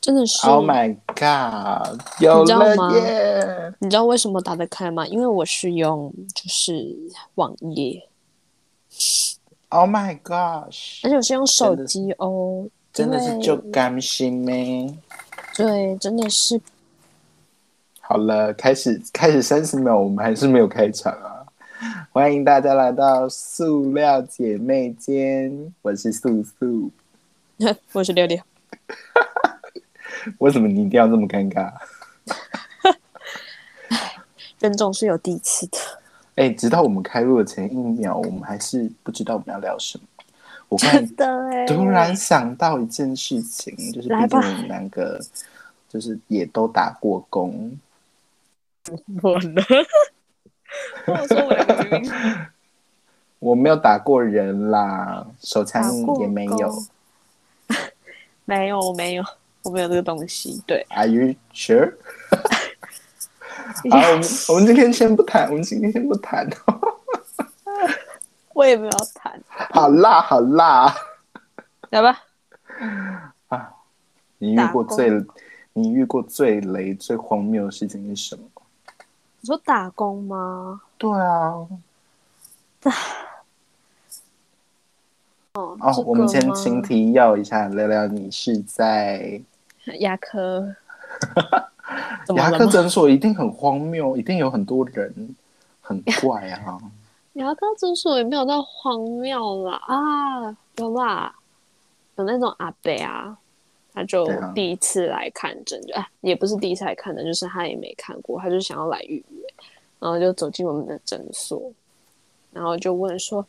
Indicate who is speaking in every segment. Speaker 1: 真的是。
Speaker 2: Oh my god！有
Speaker 1: 你知道
Speaker 2: 了
Speaker 1: 吗
Speaker 2: 耶！
Speaker 1: 你知道为什么打得开吗？因为我是用就是网页，
Speaker 2: Oh my gosh！
Speaker 1: 而且我是用手
Speaker 2: 真的是
Speaker 1: 机哦。
Speaker 2: 真的是
Speaker 1: 因为
Speaker 2: 就甘心咩？
Speaker 1: 对，真的是
Speaker 2: 好了，开始开始三十秒，我们还是没有开场啊！欢迎大家来到塑料姐妹间，我是素素。
Speaker 1: 我是六六，
Speaker 2: 为什么你一定要这么尴尬？
Speaker 1: 人总是有第一次的。
Speaker 2: 哎，直到我们开录的前一秒，我们还是不知道我们要聊什么。我刚才
Speaker 1: 的哎
Speaker 2: 突然想到一件事情，就是
Speaker 1: 来
Speaker 2: 毕竟
Speaker 1: 吧
Speaker 2: 我们两个就是也都打过工，
Speaker 1: 我 呢？我说我两个 明明
Speaker 2: 我没有打过人啦，手残
Speaker 1: 打过
Speaker 2: 也没有
Speaker 1: 工。没有，我没有，我没有这个东西。对，
Speaker 2: Are you sure？好，我们我们今天先不谈，我们今天先不谈。
Speaker 1: 我也没有要谈。
Speaker 2: 好辣，好辣
Speaker 1: 来吧，
Speaker 2: 啊！你遇过
Speaker 1: 打工
Speaker 2: 最你遇过最雷、最荒谬的事情是什么？
Speaker 1: 你说打工吗？
Speaker 2: 对啊，
Speaker 1: 哦，
Speaker 2: 哦，
Speaker 1: 这个
Speaker 2: 我们先
Speaker 1: 吗
Speaker 2: 前提要一下，聊聊你是在
Speaker 1: 牙 科。怎么
Speaker 2: 牙
Speaker 1: 了
Speaker 2: 科
Speaker 1: 吗？
Speaker 2: 诊所，一定很荒谬，一定有很多人很怪啊。
Speaker 1: 牙科诊所也没有到荒谬啦啊，有啦，有那种阿伯啊，他就
Speaker 2: 对啊
Speaker 1: 第一次来看诊，就啊也不是第一次来看诊，就是他也没看过，他就想要来预约，然后就走进我们的诊所，然后就问说，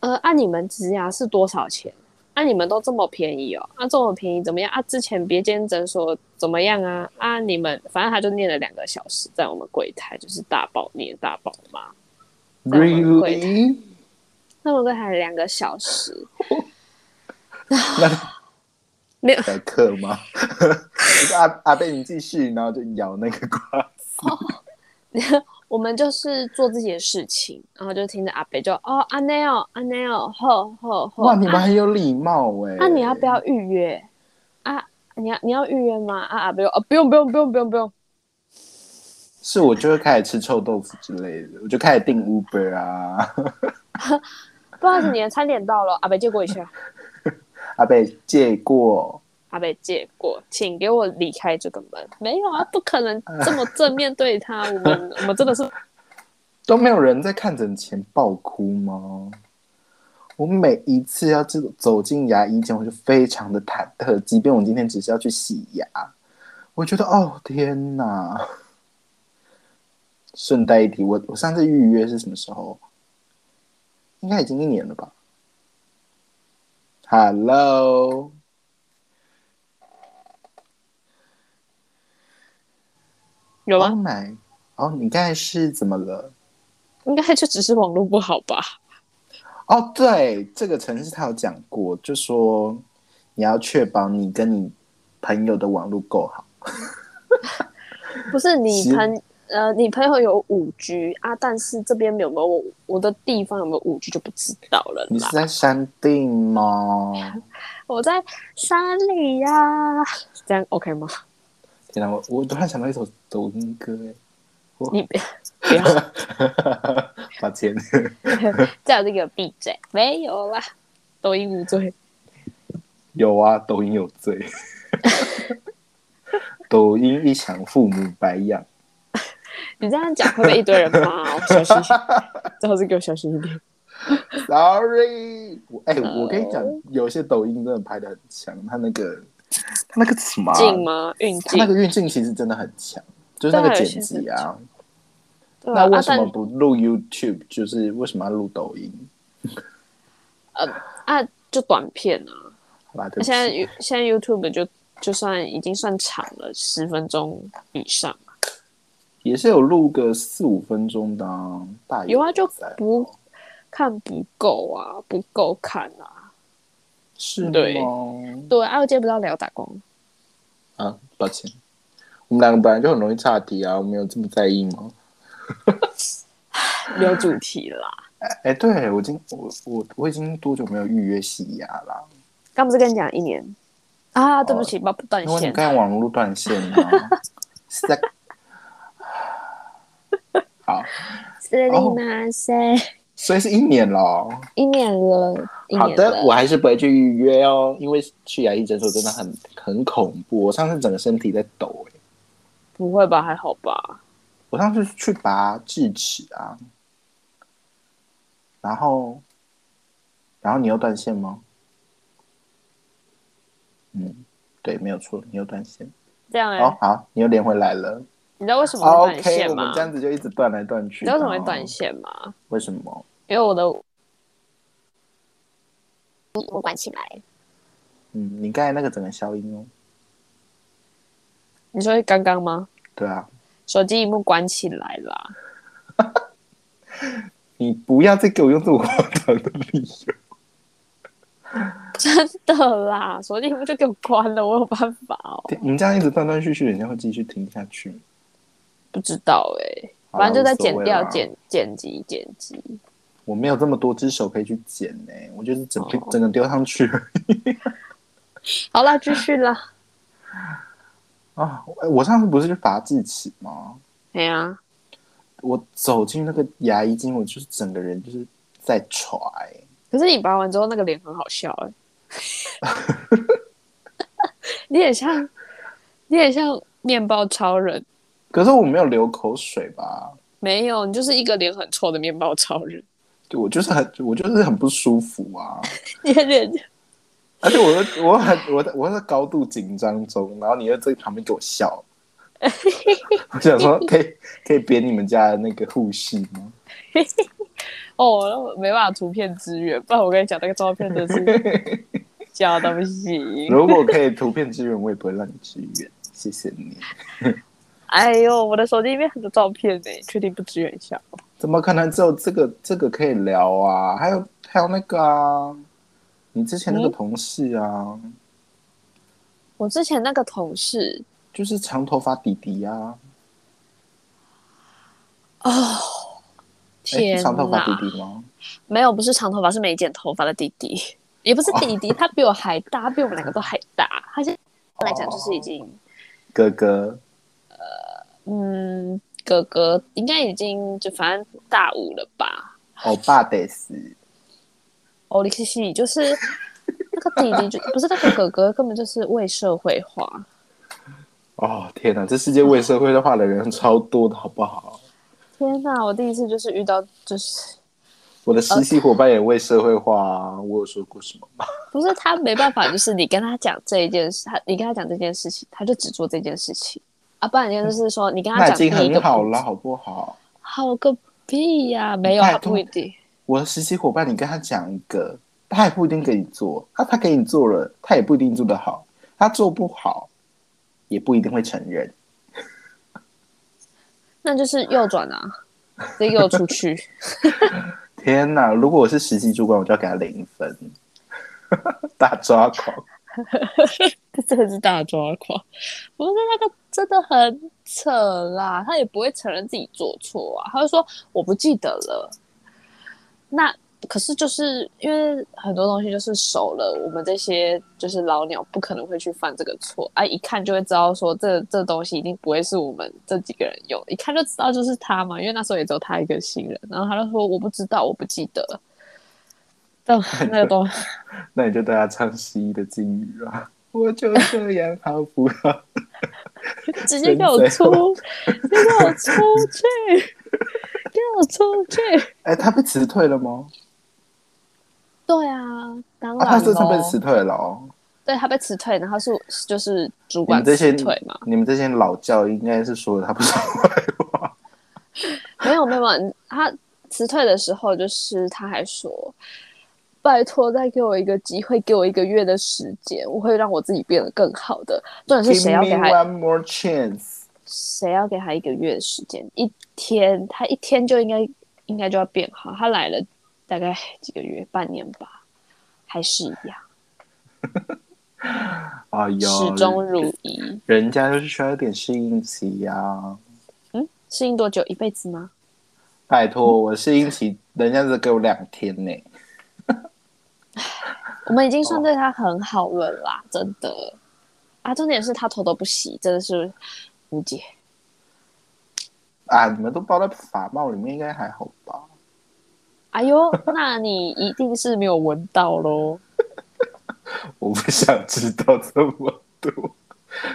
Speaker 1: 呃，按、你们植牙是多少钱？啊，你们都这么便宜哦？啊，这么便宜怎么样？啊，之前别间诊所怎么样啊？啊，你们反正他就念了两个小时，在我们柜台就是大爆念大爆骂。在我们柜
Speaker 2: Really？
Speaker 1: 那我柜台两个小时，
Speaker 2: 那
Speaker 1: 没有
Speaker 2: 在课吗？ 阿阿贝，你继续，然后就咬那
Speaker 1: 哦
Speaker 2: 个瓜。
Speaker 1: 我们就是做自己的事情，然后就听着阿北就哦阿内哦阿内哦吼吼吼，
Speaker 2: 哇，你们
Speaker 1: 啊
Speaker 2: 很有礼貌哎、
Speaker 1: 啊你要不？要预约啊？你要你要预约吗？啊阿北哦不用不用不用不用不用，
Speaker 2: 是我就会开始吃臭豆腐之类的，我就开始订 Uber 啊。
Speaker 1: 不好意思，你的餐点到了，阿北借过一下，
Speaker 2: 阿贝借过，
Speaker 1: 阿北借过，请给我离开这个门。没有啊，不可能这么正面对他，我们我们真的是
Speaker 2: 都没有人在看诊前爆哭吗？我每一次要走走进牙医前，我就非常的忐忑，即便我今天只是要去洗牙，我觉得哦天哪！顺带一提，我我上次预约是什么时候？应该已经一年了吧？Hello，
Speaker 1: 有啊
Speaker 2: 哦
Speaker 1: 吗？
Speaker 2: my，哦，你刚才是怎么了？
Speaker 1: 应该就只是网络不好吧？
Speaker 2: 哦，对，这个城市他有讲过，就说你要确保你跟你朋友的网络够好。
Speaker 1: 不是你
Speaker 2: 行
Speaker 1: 朋呃，你朋友有五 G 啊，但是这边有没有我我的地方有没有五 G 就不知道了
Speaker 2: 你
Speaker 1: 啦
Speaker 2: 是。在山定吗？
Speaker 1: 我在山里呀、这样 OK 吗？
Speaker 2: 天哪，我我突然想到一首抖音歌，哎，
Speaker 1: 你别不要
Speaker 2: 欸 抱歉。
Speaker 1: 叫这个闭嘴，没有啦，抖音无罪。
Speaker 2: 有啊，抖音有罪。抖音一响，父母白养。
Speaker 1: 你这样讲会被一堆人骂哦， 小心，最后是给我小心一点。
Speaker 2: Sorry，我哎、我跟你讲，有些抖音真的拍的很强，他那个他那个什么啊
Speaker 1: 进吗？运
Speaker 2: 他
Speaker 1: 镜
Speaker 2: 那个运镜其实真的很强，就是那个剪辑啊。
Speaker 1: 对
Speaker 2: 那
Speaker 1: 啊，
Speaker 2: 为
Speaker 1: 啊
Speaker 2: 什么
Speaker 1: 但
Speaker 2: 不录 YouTube？就是为什么要录抖音？
Speaker 1: 啊就短片啊，
Speaker 2: 好吧，对
Speaker 1: 那
Speaker 2: 不
Speaker 1: 现在
Speaker 2: 起，
Speaker 1: You- 现在 YouTube 就就算已经算长了，十分钟以上。
Speaker 2: 也是有录个四五分钟的、啊，大
Speaker 1: 有啊，就
Speaker 2: 在
Speaker 1: 不看不够啊，不够看啊。
Speaker 2: 是
Speaker 1: 对
Speaker 2: 吗？
Speaker 1: 对啊，我今天不是要聊打 工，
Speaker 2: 啊，抱歉，我们两个本来就很容易岔题啊，我们有这么在意吗？
Speaker 1: 聊主题啦。
Speaker 2: 哎、对我今我我我已经多久没有预约洗牙啦？
Speaker 1: 刚不是跟你讲一年？啊，对不起，把断
Speaker 2: 因为你
Speaker 1: 线。
Speaker 2: 刚才网络断线了、 是在好，
Speaker 1: 是
Speaker 2: 哦
Speaker 1: 马塞，
Speaker 2: 所以是一年了哦。
Speaker 1: 一年了，一
Speaker 2: 好
Speaker 1: 年
Speaker 2: 的，
Speaker 1: 了。
Speaker 2: 我还是不会去预约哦，因为去牙医诊所真的很很恐怖。我上次整个身体在抖、欸，
Speaker 1: 不会吧？还好吧？
Speaker 2: 我上次去拔智齿啊，然后，然后你又断线吗？嗯，对，没有错，你又断线。
Speaker 1: 这样哎、
Speaker 2: 哦，好，你又连回来了。
Speaker 1: 你知道为什么
Speaker 2: 好
Speaker 1: 会断
Speaker 2: OK，
Speaker 1: 线
Speaker 2: 我
Speaker 1: 吗
Speaker 2: 们这？样子就一直断来断去。
Speaker 1: 你
Speaker 2: 哦
Speaker 1: 知道为什么会断？线吗？
Speaker 2: 为什么？
Speaker 1: 因为我的我关起来。
Speaker 2: 嗯，你刚才那个整个消音哦。
Speaker 1: 你说刚刚吗？
Speaker 2: 对啊，
Speaker 1: 手机荧幕关起来啦。
Speaker 2: 你不要再给我用这种荒唐的理由。
Speaker 1: 真的啦，手机屏幕就给我关了，我有办法哦。
Speaker 2: 我们这样一直断断续续，人家会继续听下去。
Speaker 1: 不知道哎、
Speaker 2: 好啦
Speaker 1: 反正就在剪掉、。
Speaker 2: 无所谓啦
Speaker 1: 剪剪辑、剪辑。
Speaker 2: 我没有这么多只手可以去剪呢、我就是整个、
Speaker 1: 哦
Speaker 2: 整个丢上去
Speaker 1: 好啦，继续啦。
Speaker 2: 啊！我我上次不是去拔智齿吗？
Speaker 1: 哎呀，
Speaker 2: 我走进那个牙医间，我就是整个人就是在喘、
Speaker 1: 可是你拔完之后那个脸很好笑 哎、你很像，你很像面包超人。
Speaker 2: 可是我没有流口水吧？
Speaker 1: 没有，你就是一个脸很臭的面包超人。
Speaker 2: 对我就是很我就是很不舒服啊！
Speaker 1: 你的脸
Speaker 2: 而且我在我很我在我在高度紧张中，然后你又在旁边给我 笑，我想说可以可以扁你们家的那个护士吗？
Speaker 1: 哦，那我没办法图片支援，不然我跟你讲那个照片真是 假到不行。
Speaker 2: 如果可以图片支援，我也不会让你支援，谢谢你。
Speaker 1: 哎呦，我的手机里面很多照片呢、确定不支援一下？
Speaker 2: 怎么可能只有这个这个可以聊啊？还有还有那个啊，你之前那个
Speaker 1: 嗯
Speaker 2: 同事啊，
Speaker 1: 我之前那个同事
Speaker 2: 就是长头发弟弟啊，
Speaker 1: 哦，
Speaker 2: 哎、
Speaker 1: 天
Speaker 2: 是长头发
Speaker 1: 哪，
Speaker 2: 弟弟吗？
Speaker 1: 没有，不是长头发，是没剪头发的弟弟， 也不是弟弟，他比我还大，他比我们两个都还大。他现在来讲就是已经，
Speaker 2: 哥哥，
Speaker 1: 嗯，哥哥应该已经就反正大五了吧，哦
Speaker 2: 欧巴得死，
Speaker 1: 欧力西西就是那个弟弟就， 不是那个哥哥，根本就是为社会化。
Speaker 2: 哦天哪，这世界为社会化的人超多的好不好？
Speaker 1: 天哪！我第一次就是遇到，就是
Speaker 2: 我的实习伙伴也为社会化、啊，我有说过什么吗？
Speaker 1: 不是他没办法，就是你跟他讲这一件事，他你跟他讲这件事情，他就只做这件事情啊，不然人家就是说你跟他
Speaker 2: 嗯那已
Speaker 1: 讲第
Speaker 2: 经
Speaker 1: 一
Speaker 2: 很
Speaker 1: 个
Speaker 2: 好
Speaker 1: 步
Speaker 2: 了，好不好？
Speaker 1: 好个屁呀、没有，
Speaker 2: 拜
Speaker 1: 他
Speaker 2: 托
Speaker 1: 不一定。
Speaker 2: 我的实习伙伴，你跟他讲一个，他也不一定给你做；啊，他给你做了，他也不一定做得好；他做不好，也不一定会承认。
Speaker 1: 那就是右转啊，直接给我出去。
Speaker 2: 天哪！如果我是实习主管，我就要给他零分， 大抓狂。
Speaker 1: 真的是大抓狂！不是那个真的很扯啦，他也不会承认自己做错啊，他就说我不记得了。那可是就是因为很多东西就是熟了，我们这些就是老鸟不可能会去犯这个错啊，一看就会知道说这这东西一定不会是我们这几个人用，一看就知道就是他嘛，因为那时候也只有他一个新人，然后他就说我不知道，我不记得 了。但那个东西。
Speaker 2: 那你就对他唱十一的金鱼啊！我就这样好不 好？
Speaker 1: 直接给我出，直接给我出去，给我出去。
Speaker 2: 哎、他被辞退了吗？
Speaker 1: 对啊，当
Speaker 2: 啊，他
Speaker 1: 然
Speaker 2: 这
Speaker 1: 咯
Speaker 2: 次被辞退了哦。
Speaker 1: 对他被辞退，然后是就是主
Speaker 2: 你
Speaker 1: 管
Speaker 2: 们这些
Speaker 1: 辞退嘛？
Speaker 2: 你们这些老教应该是说他不是
Speaker 1: 没有没有，没有他辞退的时候，就是他还说。拜托，再给我一个机会，给我一个月的时间，我会让我自己变得更好的。重点是
Speaker 2: Give
Speaker 1: 谁要给
Speaker 2: me
Speaker 1: 他
Speaker 2: one more chance。
Speaker 1: 谁要给他一个月的时间？一天，他一天就应该应该就要变好。他来了大概几个月，半年吧，还是一样，
Speaker 2: 哎呦，
Speaker 1: 始终如一。
Speaker 2: 人家就是需要一点适应期啊呀、
Speaker 1: 嗯，适应多久？一辈子吗？
Speaker 2: 拜托，我适应期，人家只给我两天呢、
Speaker 1: 我们已经算对他很好了啦，真的。啊，重点是他头都不洗，真的是无解。
Speaker 2: 啊，你们都包在法帽里面，应该还好吧？
Speaker 1: 哎呦，那你一定是没有闻到喽。
Speaker 2: 我不想知道这么多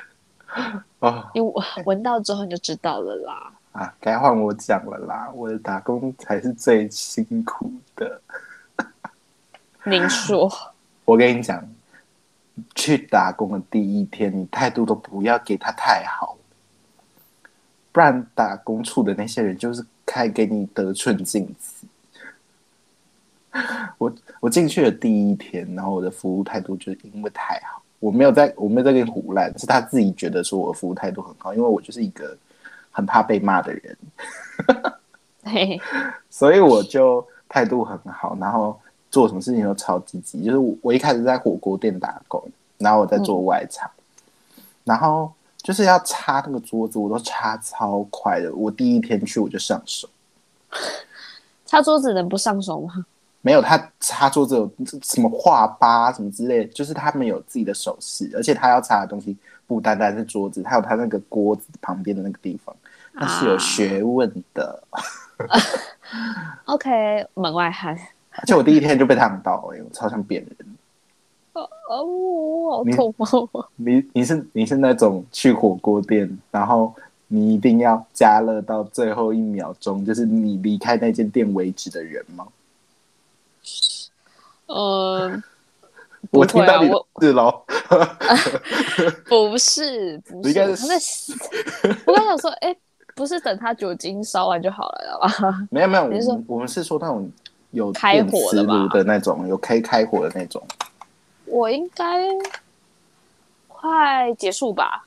Speaker 2: 啊
Speaker 1: 你闻闻到之后你就知道了啦。
Speaker 2: 啊！该换我讲了啦，我的打工才是最辛苦的。
Speaker 1: 您说，
Speaker 2: 我跟你讲，去打工的第一天，你态度都不要给他太好，不然打工处的那些人就是开给你得寸进尺。 我我进去的第一天，然后我的服务态度就是因为太好，我没有在我没有在跟你胡乱，是他自己觉得说我服务态度很好，因为我就是一个很怕被骂的人。
Speaker 1: 嘿，
Speaker 2: 所以我就态度很好，然后做什么事情都超积极。就是我我一开始在火锅店打工，然后我在做外场，然后就是要擦那个桌子，我都擦超快的。我第一天去我就上手，
Speaker 1: 擦桌子能不上手吗？
Speaker 2: 没有他擦桌子有什么画疤什么之类的，就是他们有自己的手势，而且他要擦的东西不单单是桌子，还有他那个锅子旁边的那个地方，那是有学问的。
Speaker 1: OK，门外汉。
Speaker 2: 而且我第一天就被烫到、欸，哎，我超想扁人。
Speaker 1: 哦，好
Speaker 2: 你
Speaker 1: 痛哦！
Speaker 2: 你你是你是那种去火锅店，然后你一定要加热到最后一秒钟，就是你离开那间店为止的人吗？
Speaker 1: 嗯，不
Speaker 2: 我
Speaker 1: 会
Speaker 2: 听
Speaker 1: 啊
Speaker 2: 到你的是喽，
Speaker 1: 不是，不
Speaker 2: 你
Speaker 1: 是，
Speaker 2: 应该
Speaker 1: 我
Speaker 2: 是
Speaker 1: 在想， 我刚想说，哎、不是等他酒精烧完就好了吧？
Speaker 2: 没有没有，
Speaker 1: 你是说
Speaker 2: 我们我们是说那种有
Speaker 1: 开火的
Speaker 2: 电磁
Speaker 1: 吧
Speaker 2: 炉的那种，有可以开火的那种。
Speaker 1: 我应该快结束吧？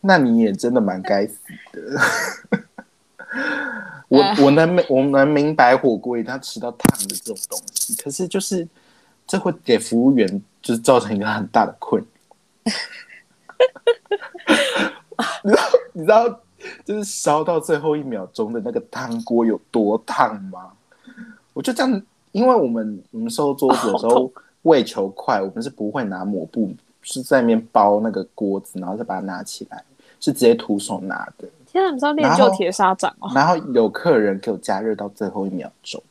Speaker 2: 那你也真的蛮该死的。我我能明我能明白火锅一定要吃到烫的这种东西，可是就是这会给服务员就是造成一个很大的困扰。 你知道你知道就是烧到最后一秒钟的那个汤锅有多烫吗？我就这样，因为我们我们收桌子的时
Speaker 1: 好
Speaker 2: 候为求快，我们是不会拿抹布，是在那边包那个锅子，然后再把它拿起来，是直接徒手拿的。
Speaker 1: 天啊，你知道练
Speaker 2: 然后
Speaker 1: 就铁砂掌哦？
Speaker 2: 然后有客人给我加热到最后一秒钟，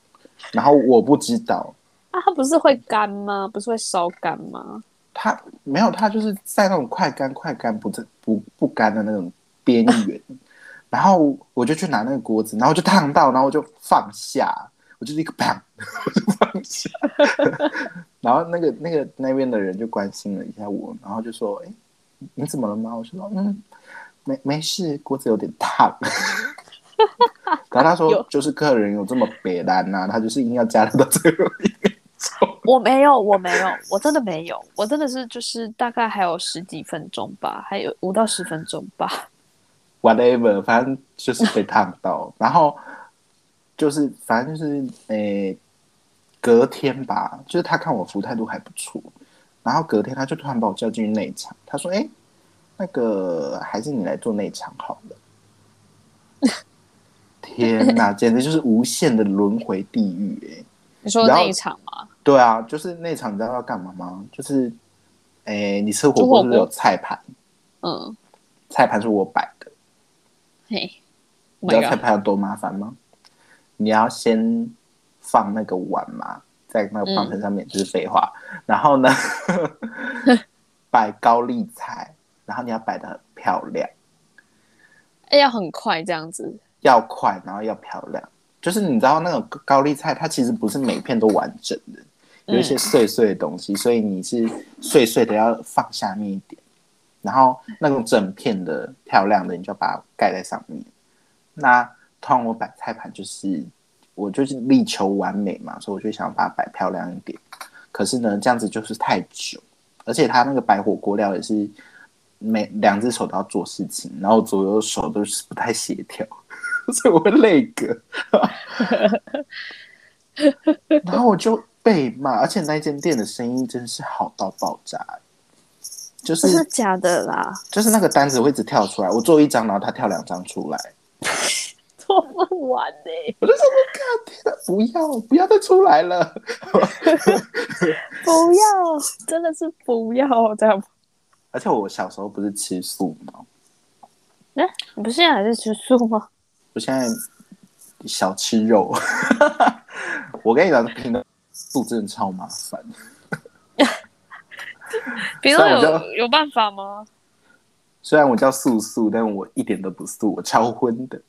Speaker 2: 然后我不知道
Speaker 1: 啊，它不是会干吗？不是会烧干吗？
Speaker 2: 他没有，他就是在那种快干快干不不不干的那种边缘，然后我就去拿那个锅子，然后就烫到，然后我就放下，我就是一个砰， 我就放下， 然后那个那个那边的人就关心了一下我，然后就说：“哎、你你怎么了吗？”我说：“嗯，没没事，锅子有点烫。” 然后他
Speaker 1: 有
Speaker 2: 说：“就是客人有这么北单呐、他就是硬要加到最后一秒钟。”
Speaker 1: 我没有，我没有，我真的没有，我真的是就是大概还有十几分钟吧，还有五到十分钟吧。
Speaker 2: whatever，反正就是被烫到，然后就是反正就是诶、隔天吧，就是他看我服务态度还不错，然后隔天他就突然把我叫进去内场，他说：“哎、那个还是你来做内场好了。”天 哪，简直就是无限的轮回地狱哎、
Speaker 1: 你说
Speaker 2: 然后
Speaker 1: 那一场吗？
Speaker 2: 对啊，就是内场你知道要干嘛吗？就是诶、你吃火
Speaker 1: 吃火锅
Speaker 2: 锅是不是有菜盘？
Speaker 1: 嗯，
Speaker 2: 菜盘是我摆的。
Speaker 1: 嘿
Speaker 2: 你知
Speaker 1: ，Oh
Speaker 2: 道
Speaker 1: my
Speaker 2: 菜
Speaker 1: god，
Speaker 2: 盘有多麻烦吗？你要先放那个碗嘛，在那个方程上面，就是废话。
Speaker 1: 嗯
Speaker 2: 然后呢， 摆高丽菜，然后你要摆的很漂亮，
Speaker 1: 哎，要很快这样子。
Speaker 2: 要快，然后要漂亮。就是你知道那种高丽菜，它其实不是每片都完整的，有一些碎碎的东西，所以你是碎碎的要放下面一点，然后那种整片的漂亮的，你就把它盖在上面。那通常我摆菜盘就是，我就是力求完美嘛，所以我就想把它摆漂亮一点。可是呢，这样子就是太久，而且它那个白火锅料也是每两只手都要做事情，然后左右手都是不太协调， 所以我会累个。 然后我就被骂，而且那间店的生意真是好到爆炸，就
Speaker 1: 真的
Speaker 2: 是
Speaker 1: 假的啦？
Speaker 2: 就是那个单子会一直跳出来，我做一张，然后它跳两张出来。
Speaker 1: 做不完欸呢、
Speaker 2: 我就想说，看天哪，不要不要再出来了。
Speaker 1: 不要，真的是不要这样。
Speaker 2: 而且我小时候不是吃素吗？
Speaker 1: 那、你不是现在还是吃素吗？
Speaker 2: 我现在少吃肉。 我跟你讲，平的素真的超麻烦。
Speaker 1: 比如说
Speaker 2: 所以我
Speaker 1: 有
Speaker 2: 就
Speaker 1: 有办法吗？
Speaker 2: 虽然我叫素素，但我一点都不素，我超荤的。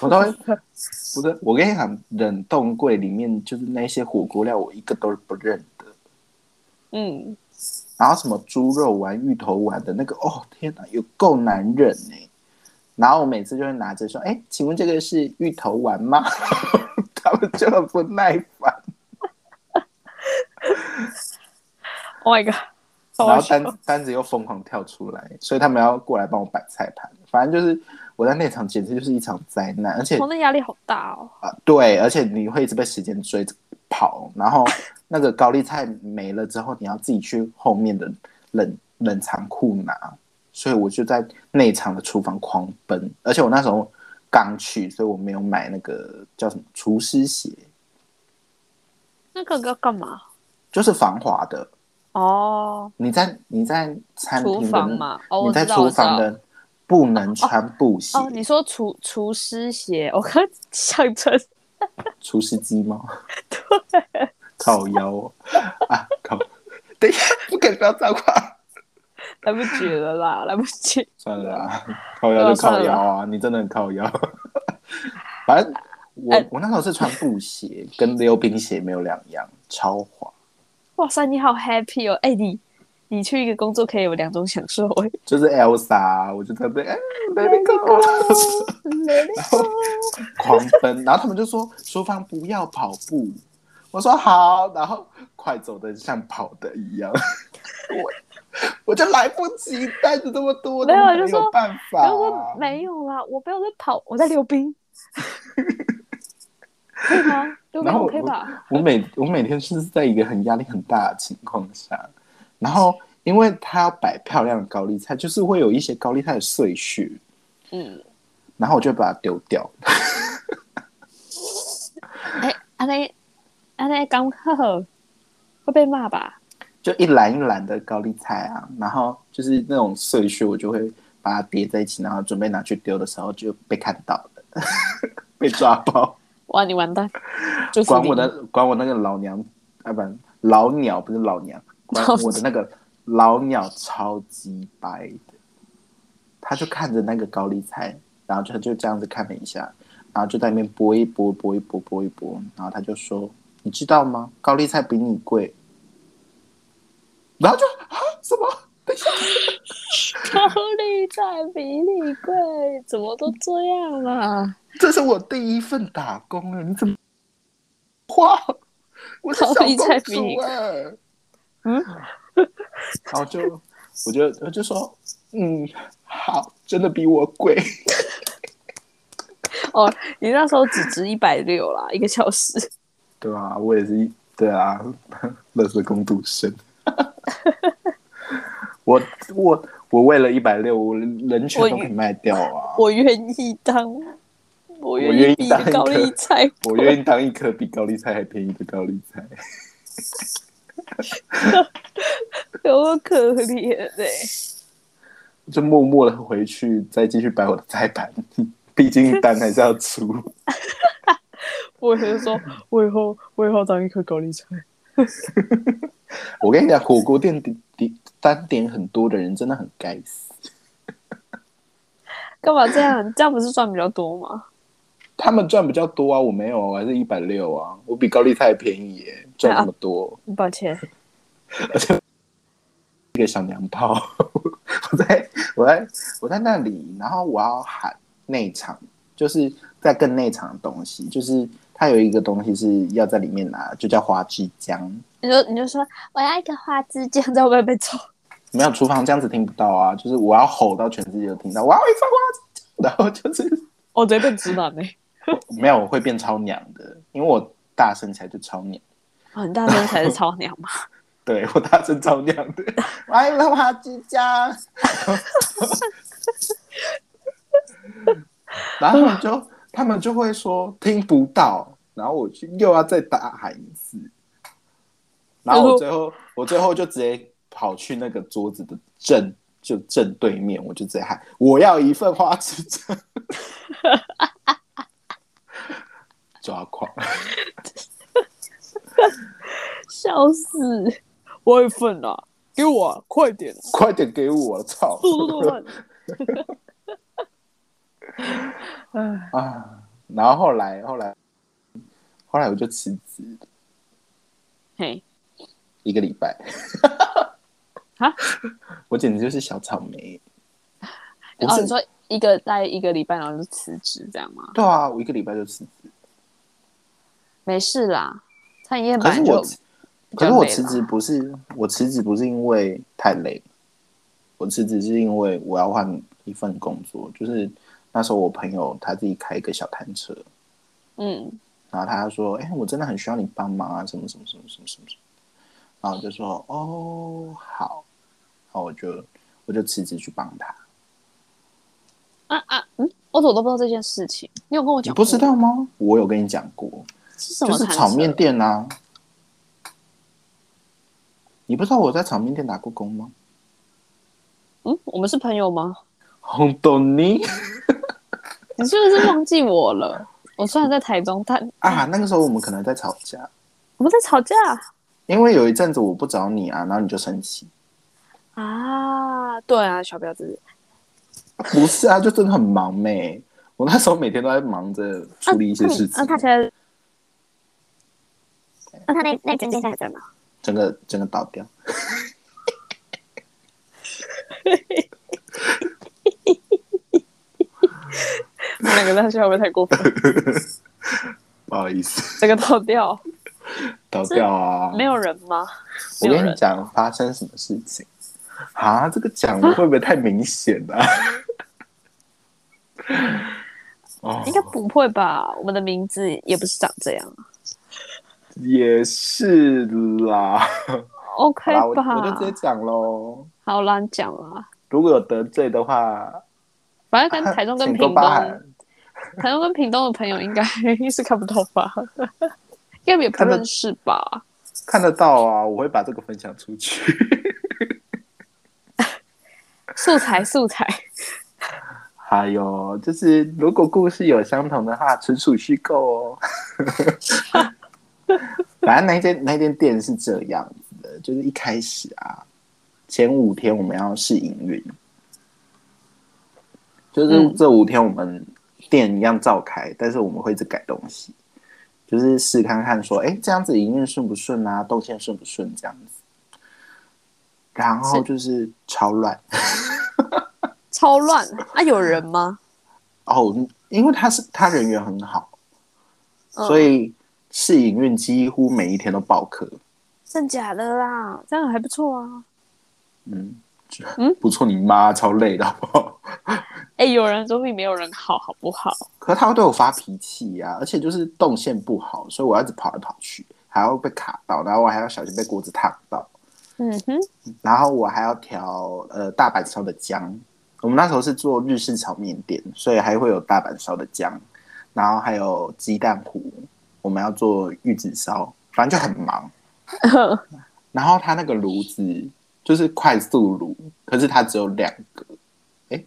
Speaker 2: 我都会，我的，我跟你讲，冷冻柜里面就是那些火锅料，我一个都是不认的。
Speaker 1: 嗯，
Speaker 2: 然后什么猪肉丸、芋头丸的那个，哦天哪，有够难忍呢、然后我每次就会拿着说：“哎，请问这个是芋头丸吗？” 他们就很不耐烦。
Speaker 1: Oh my god！好好
Speaker 2: 然后
Speaker 1: 笑
Speaker 2: 单单子又疯狂跳出来，所以他们要过来帮我摆菜盘。反正就是我在那场简直就是一场灾难，而且
Speaker 1: 我那压力好大哦。
Speaker 2: 啊，对，而且你会一直被时间追着跑，然后那个高丽菜没了之后，你要自己去后面的冷冷藏库拿，所以我就在内场的厨房狂奔，而且我那时候刚去，所以我没有买那个叫什么厨师鞋，
Speaker 1: 那个要干嘛？
Speaker 2: 就是防滑的。
Speaker 1: 哦，
Speaker 2: 你在你在餐
Speaker 1: 厨
Speaker 2: 厅
Speaker 1: 房
Speaker 2: 的
Speaker 1: 嘛。哦，
Speaker 2: 你
Speaker 1: 我
Speaker 2: 在
Speaker 1: 知道，
Speaker 2: 厨
Speaker 1: 我知
Speaker 2: 房
Speaker 1: 道。
Speaker 2: 的不能穿布鞋，
Speaker 1: 哦，你说厨厨师鞋，我刚想成
Speaker 2: 厨师 机吗？对， 靠腰哦啊靠！等一下，不可以不要脏话。
Speaker 1: 来不及了啦，来不及。
Speaker 2: 算了啦，靠
Speaker 1: 哦
Speaker 2: 腰就靠腰啊，你真的很靠腰。 反正我、
Speaker 1: 哎
Speaker 2: 我那时候是穿布鞋，跟溜冰鞋没有两样，超滑。
Speaker 1: 哇塞，你好 happy 哦！哎、你你去一个工作可以有两种享受哎、
Speaker 2: 就是 Elsa，我就在那边哎，Let it go，然后狂奔，然后他们就说淑芳不要跑步，我说好，然后快走的像跑的一样，我我就来不及带着这么多，
Speaker 1: 没有
Speaker 2: 怎么
Speaker 1: 就说
Speaker 2: 有办 法，
Speaker 1: 然后哦说没有啦，我没有在跑，我在溜冰，可以吗？溜冰
Speaker 2: 然后
Speaker 1: OK 吧？
Speaker 2: 我每我每天是在一个很压力很大的情况下，然后因为他要摆漂亮的高丽菜，就是会有一些高丽菜的碎屑，
Speaker 1: 嗯，
Speaker 2: 然后我就把它丢掉。
Speaker 1: 哎、安内安内刚呵呵，会被骂吧？
Speaker 2: 就一篮一篮的高丽菜啊，然后就是那种碎屑，我就会把它叠在一起，然后准备拿去丢的时候就被看到了， 被抓包，
Speaker 1: 哇，你完蛋！就是
Speaker 2: 管
Speaker 1: 你
Speaker 2: 我的管我那个老娘啊，不老鸟不是老娘，管
Speaker 1: 老鸟
Speaker 2: 我的那个老鸟超级白的，他就看着那个高丽菜，然后就他就这样子看了一下，然后就在那边拨一拨拨一拨拨一拨，然后他就说：“你知道吗？高丽菜比你贵。”然后就啊什么？等一下，
Speaker 1: 高利贷比你贵，怎么都这样啦？
Speaker 2: 这是我第一份打工啊了，你怎么哇？我是小
Speaker 1: 高丽菜
Speaker 2: 公
Speaker 1: 比你
Speaker 2: 主
Speaker 1: 贵
Speaker 2: 哎、
Speaker 1: 嗯，
Speaker 2: 然后就我就我就说，嗯，好，真的比我贵。
Speaker 1: 哦，你那时候只值一百六啦，一个小时。
Speaker 2: 对啊，我也是，对啊， 乐色工读 生。我我我为了一百六，我人权都可以卖掉啊！
Speaker 1: 我愿意当，我愿
Speaker 2: 愿
Speaker 1: 意
Speaker 2: 意
Speaker 1: 比
Speaker 2: 当一个
Speaker 1: 高利 贷
Speaker 2: 我愿意当一颗比高丽菜还便宜的高丽菜。
Speaker 1: 多可怜哎、
Speaker 2: 就默默的回去，再继续摆我的菜盘，毕竟单还是要出。
Speaker 1: 我也是说，我以后我以后当一颗高利贷。
Speaker 2: 我跟你讲，火锅店点点单点很多的人真的很该死，
Speaker 1: 干嘛这样？这样不是赚比较多吗？
Speaker 2: 他们赚比较多啊，我没有啊，我还是一百六啊，我比高丽菜便宜耶，赚那么多，
Speaker 1: 抱歉，
Speaker 2: 一个小娘炮。 我在我在我在那里，然后我要喊内场，就是在更内场的东西，就是它有一个东西是要在里面拿，就叫花枝姜。
Speaker 1: 你就你就说我要一个花枝酱，在外面被抽。
Speaker 2: 没有厨房这样子听不到啊，就是我要吼到全世界都听到，我要一份花枝姜，然后就是
Speaker 1: 哦，直接变直男哎、
Speaker 2: 没有我会变超娘的，因为我大声起来就超娘，
Speaker 1: 哦，你大声才是超娘嘛？
Speaker 2: 对我大声超娘的，我要一份花枝姜，然后他们就他们就会说听不到，然后我去又要再大喊一次，然后我最后我最后就直接跑去那个桌子的正就正对面，我就直接喊我要一份花枝针， 抓狂。
Speaker 1: 笑死！我有一份啊，给我啊、快点、啊，
Speaker 2: 快点给我！操！
Speaker 1: 速度 都慢。
Speaker 2: 啊！然后后来，后来，后来我就辞职了
Speaker 1: 嘿，
Speaker 2: 一个礼拜。
Speaker 1: 啊！
Speaker 2: 我简直就是小草莓。我
Speaker 1: 哦，
Speaker 2: 是、
Speaker 1: 你说一个待一个礼拜，然后就辞职这样吗？
Speaker 2: 对啊，我一个礼拜就辞职。
Speaker 1: 没事啦，餐饮业
Speaker 2: 可
Speaker 1: 本
Speaker 2: 是
Speaker 1: 来
Speaker 2: 我
Speaker 1: 就
Speaker 2: 辞，可是我
Speaker 1: 比较
Speaker 2: 辞
Speaker 1: 累啦
Speaker 2: 职不是我辞职不是因为太累，我辞职是因为我要换一份工作。就是那时候我朋友他自己开一个小摊车，
Speaker 1: 嗯，
Speaker 2: 然后他说：“哎、我真的很需要你帮忙啊，什么什么什么什么什么什么。”然后我就说：“哦，好。”然后我就我就辞职去帮他。
Speaker 1: 啊啊嗯，我怎么都不知道这件事情？你有跟我
Speaker 2: 你
Speaker 1: 讲？
Speaker 2: 不知道吗？我有跟你讲过，
Speaker 1: 是什
Speaker 2: 就
Speaker 1: 么
Speaker 2: 是
Speaker 1: 摊
Speaker 2: 炒面
Speaker 1: 车
Speaker 2: 店啊。你不知道我在炒面店打过工吗？
Speaker 1: 嗯，我们是朋友吗？
Speaker 2: 红豆泥
Speaker 1: 你是不是忘记我了？我虽然在台中，但
Speaker 2: 啊，那个时候我们可能在吵架，
Speaker 1: 我们在吵架
Speaker 2: 因为有一阵子我不找你啊，然后你就生气。
Speaker 1: 啊。对啊，小婊子
Speaker 2: 不是啊，就真的很忙妹、我那时候每天都在忙着处理一些事情
Speaker 1: 啊那，他现在
Speaker 3: 那他那那整件事还在吗？
Speaker 2: 整个整个倒掉。
Speaker 1: 那个他现在会不会太过分？
Speaker 2: 不好意思，
Speaker 1: 这个倒掉，
Speaker 2: 倒掉啊！
Speaker 1: 没有人吗？
Speaker 2: 我
Speaker 1: 没有
Speaker 2: 跟你
Speaker 1: 人
Speaker 2: 讲发生什么事情啊？这个讲的会不会太明显 了、啊？哦
Speaker 1: 应该不会吧？我们的名字也不是长这样
Speaker 2: 也是啦，好
Speaker 1: ，OK
Speaker 2: 啦，我我就直接
Speaker 1: 吧？
Speaker 2: 讲喽。
Speaker 1: 好啦，你讲啦。
Speaker 2: 如果有得罪的话，
Speaker 1: 反正跟台中跟
Speaker 2: 请
Speaker 1: 屏
Speaker 2: 多
Speaker 1: 东，
Speaker 2: 包涵
Speaker 1: 台。 中跟屏东的朋友应该 是看不到吧？应该也不
Speaker 2: 看得
Speaker 1: 认识吧？
Speaker 2: 看得到啊，我会把这个分享出去。
Speaker 1: 素材素材，
Speaker 2: 还有就是，如果故事有相同的话，纯属虚构哦。 反正那一间那一间店是这样子的，就是一开始啊，前五天我们要试营运，就是
Speaker 1: 嗯
Speaker 2: 这五天我们店一样照开，但是我们会一直改东西，就是试看看说，哎、这样子营运顺不顺啊，动线顺不顺这样子。然后
Speaker 1: 是
Speaker 2: 就是超乱，
Speaker 1: 超乱啊！有人吗？
Speaker 2: 哦，因为他是他人缘很好，
Speaker 1: 嗯
Speaker 2: 所以试营运几乎每一天都爆客。
Speaker 1: 真假的啦，这样还不错啊。
Speaker 2: 嗯
Speaker 1: 嗯
Speaker 2: 不错，你妈超累的好不好？
Speaker 1: 哎、有人总比没有人好，好不好？
Speaker 2: 可是他会对我发脾气呀、而且就是动线不好，所以我要一直跑来跑去，还要被卡到，然后我还要小心被锅子烫到，
Speaker 1: 嗯哼，
Speaker 2: 然后我还要调呃大阪烧的姜。我们那时候是做日式炒面店，所以还会有大阪烧的姜，然后还有鸡蛋糊，我们要做玉子烧，反正就很忙。然后它那个炉子就是快速炉，可是它只有两个，哎，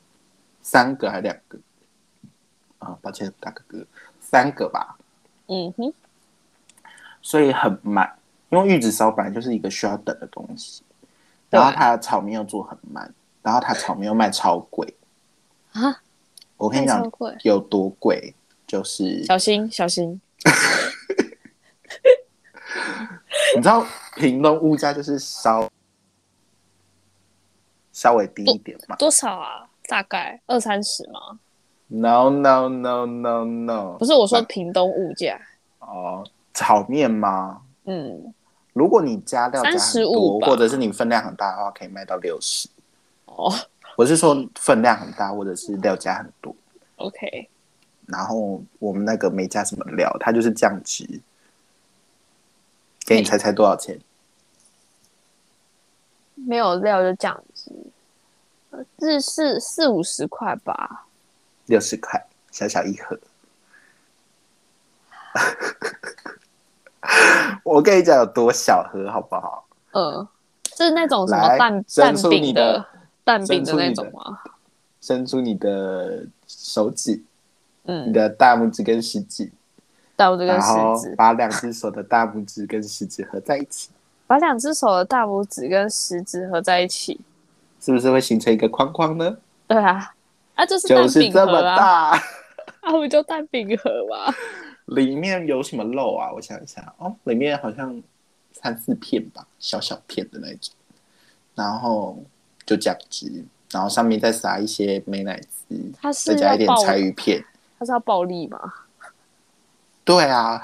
Speaker 2: 三个还是两个？啊，抱歉，大哥哥，三个吧，
Speaker 1: 嗯哼，
Speaker 2: 所以很慢。因为玉子烧本来就是一个需要等的东西，
Speaker 1: 对
Speaker 2: 然后它的炒面又做很慢，然后它炒面又卖超贵
Speaker 1: 啊！
Speaker 2: 我跟你
Speaker 1: 卖超
Speaker 2: 讲
Speaker 1: 贵
Speaker 2: 有多贵，就是
Speaker 1: 小心小心。
Speaker 2: 你知道屏东物价就是稍稍微低一点嘛
Speaker 1: 多少啊？大概二三十吗？
Speaker 2: ？No No No No No，
Speaker 1: 不是，我说
Speaker 2: 那
Speaker 1: 屏东物价，
Speaker 2: 哦，炒面吗？
Speaker 1: 嗯，
Speaker 2: 如果你加料加很
Speaker 1: 35
Speaker 2: 多，
Speaker 1: 吧
Speaker 2: 或者是你分量很大的话，可以卖到六十。
Speaker 1: 哦
Speaker 2: 我是说分量很大，或者是料加很多。
Speaker 1: ，OK，
Speaker 2: 然后我们那个没加什么料，它就是酱汁。给你猜猜多少钱？
Speaker 1: 没有料就这样子，呃日式四五十块吧，
Speaker 2: 六十块，小小一盒。 我跟你讲有多小盒好不好？
Speaker 1: 嗯，是那种什么
Speaker 2: 来
Speaker 1: 蛋蛋
Speaker 2: 伸出
Speaker 1: 饼
Speaker 2: 你的
Speaker 1: 蛋饼
Speaker 2: 伸
Speaker 1: 的
Speaker 2: 出
Speaker 1: 那
Speaker 2: 你
Speaker 1: 种
Speaker 2: 的
Speaker 1: 吗？
Speaker 2: 伸出你的手指，你
Speaker 1: 嗯，
Speaker 2: 的大拇指跟食指，
Speaker 1: 但我这个
Speaker 2: 然后
Speaker 1: 食指，
Speaker 2: 把两只手的大拇指跟食指合在一起，
Speaker 1: 把两只手的大拇指跟食指合在一起。
Speaker 2: 是不是会形成一个框框呢？
Speaker 1: 对啊，啊，就是蛋
Speaker 2: 就是
Speaker 1: 饼
Speaker 2: 这
Speaker 1: 盒
Speaker 2: 么
Speaker 1: 啊，
Speaker 2: 大，
Speaker 1: 啊，不就蛋饼盒吗？
Speaker 2: 里面有什么肉啊？我想一下，哦，里面好像三四片吧，小小片的那种，然后就酱汁，然后上面再撒一些美乃滋，
Speaker 1: 它
Speaker 2: 再
Speaker 1: 是
Speaker 2: 加
Speaker 1: 要
Speaker 2: 一点
Speaker 1: 暴，
Speaker 2: 柴鱼片。
Speaker 1: 它是要暴力吗？
Speaker 2: 对啊，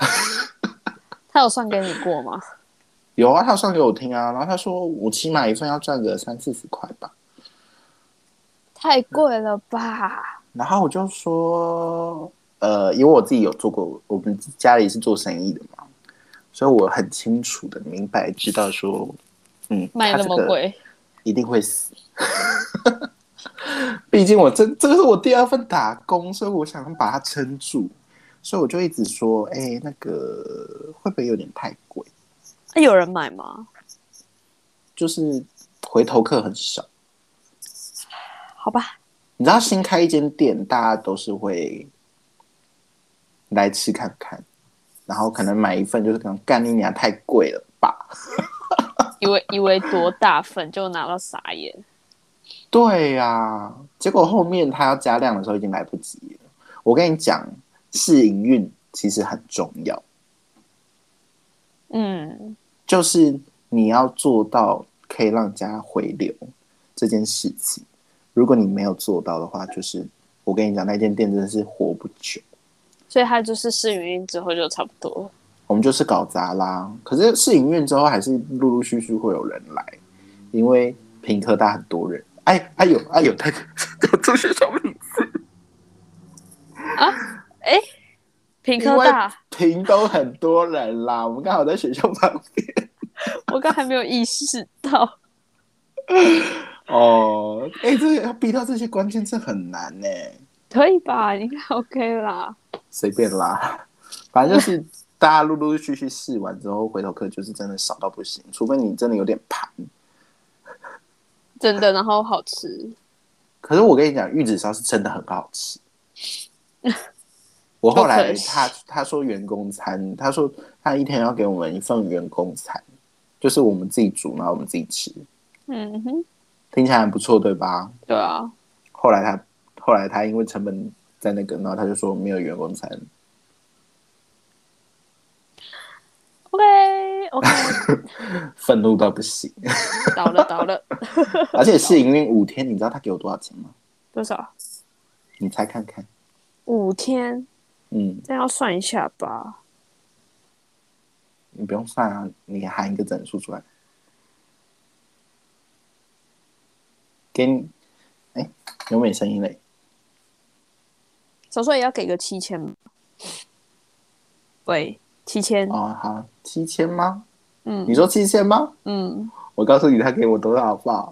Speaker 1: 他有算给你过吗？
Speaker 2: 有啊，他有上给我听啊，然后他说我起码一份要赚个三四十块吧，
Speaker 1: 太贵了吧？
Speaker 2: 然后我就说，呃，因为我自己有做过，我们家里是做生意的嘛，所以我很清楚的明白知道说，嗯，
Speaker 1: 卖
Speaker 2: 他
Speaker 1: 那
Speaker 2: 这
Speaker 1: 么
Speaker 2: 个
Speaker 1: 贵，
Speaker 2: 一定会死。 毕竟我这这个是我第二份打工，所以我想把它撑住，所以我就一直说，哎、那个会不会有点太贵？
Speaker 1: 啊有人买吗？
Speaker 2: 就是回头客很少。
Speaker 1: 好吧，
Speaker 2: 你知道新开一间店，大家都是会来吃看看，然后可能买一份，就是可能干你娘太贵了吧？
Speaker 1: 以为以为多大份就拿到傻眼。
Speaker 2: 对呀、结果后面他要加量的时候已经来不及了。我跟你讲，试营运其实很重要，
Speaker 1: 嗯，
Speaker 2: 就是你要做到可以让人家回流这件事情。如果你没有做到的话，就是我跟你讲，那间店真的是活不久。
Speaker 1: 所以他就是试营运之后就差不多了。
Speaker 2: 我们就是搞砸啦。可是试营运之后，还是陆陆续续会有人来，因为平科大很多人。哎，哎呦，哎呦，他 有出去小米，
Speaker 1: 平
Speaker 2: 因
Speaker 1: 科
Speaker 2: 为
Speaker 1: 大，
Speaker 2: 屏东很多人啦。我们刚好在学校旁边。
Speaker 1: 我刚还没有意识到。
Speaker 2: 哦，哎、这个要逼到这些关键字很难呢、
Speaker 1: 可以吧？应该 OK 啦。
Speaker 2: 随便啦，反正就是大家陆陆续续试完之后，回头客就是真的少到不行，除非你真的有点盘。
Speaker 1: 真的，然后好吃。
Speaker 2: 可是我跟你讲，玉子烧是真的很好吃。我后来他他说员工餐，他说他一天要给我们一份员工餐，就是我们自己煮，然后我们自己吃，
Speaker 1: 嗯哼，
Speaker 2: 听起来很不错，对吧？
Speaker 1: 对啊，
Speaker 2: 后来他后来他因为成本在那个，然后他就说没有员工餐，
Speaker 1: OK OK，
Speaker 2: 愤怒到不行。
Speaker 1: 倒了倒了，
Speaker 2: 而且试营运五天，你知道他给我多少钱吗？
Speaker 1: 多少？
Speaker 2: 你猜看看，
Speaker 1: 五天，
Speaker 2: 嗯，
Speaker 1: 这要算一下吧。
Speaker 2: 你不用算啊，你喊一个整数出来，给你，哎，有没声音嘞？
Speaker 1: 少说也要给个七千吧。喂，七千，
Speaker 2: 哦，好，七千吗？
Speaker 1: 嗯
Speaker 2: 你说七千吗？
Speaker 1: 嗯，
Speaker 2: 我告诉你，他给我多少好不好？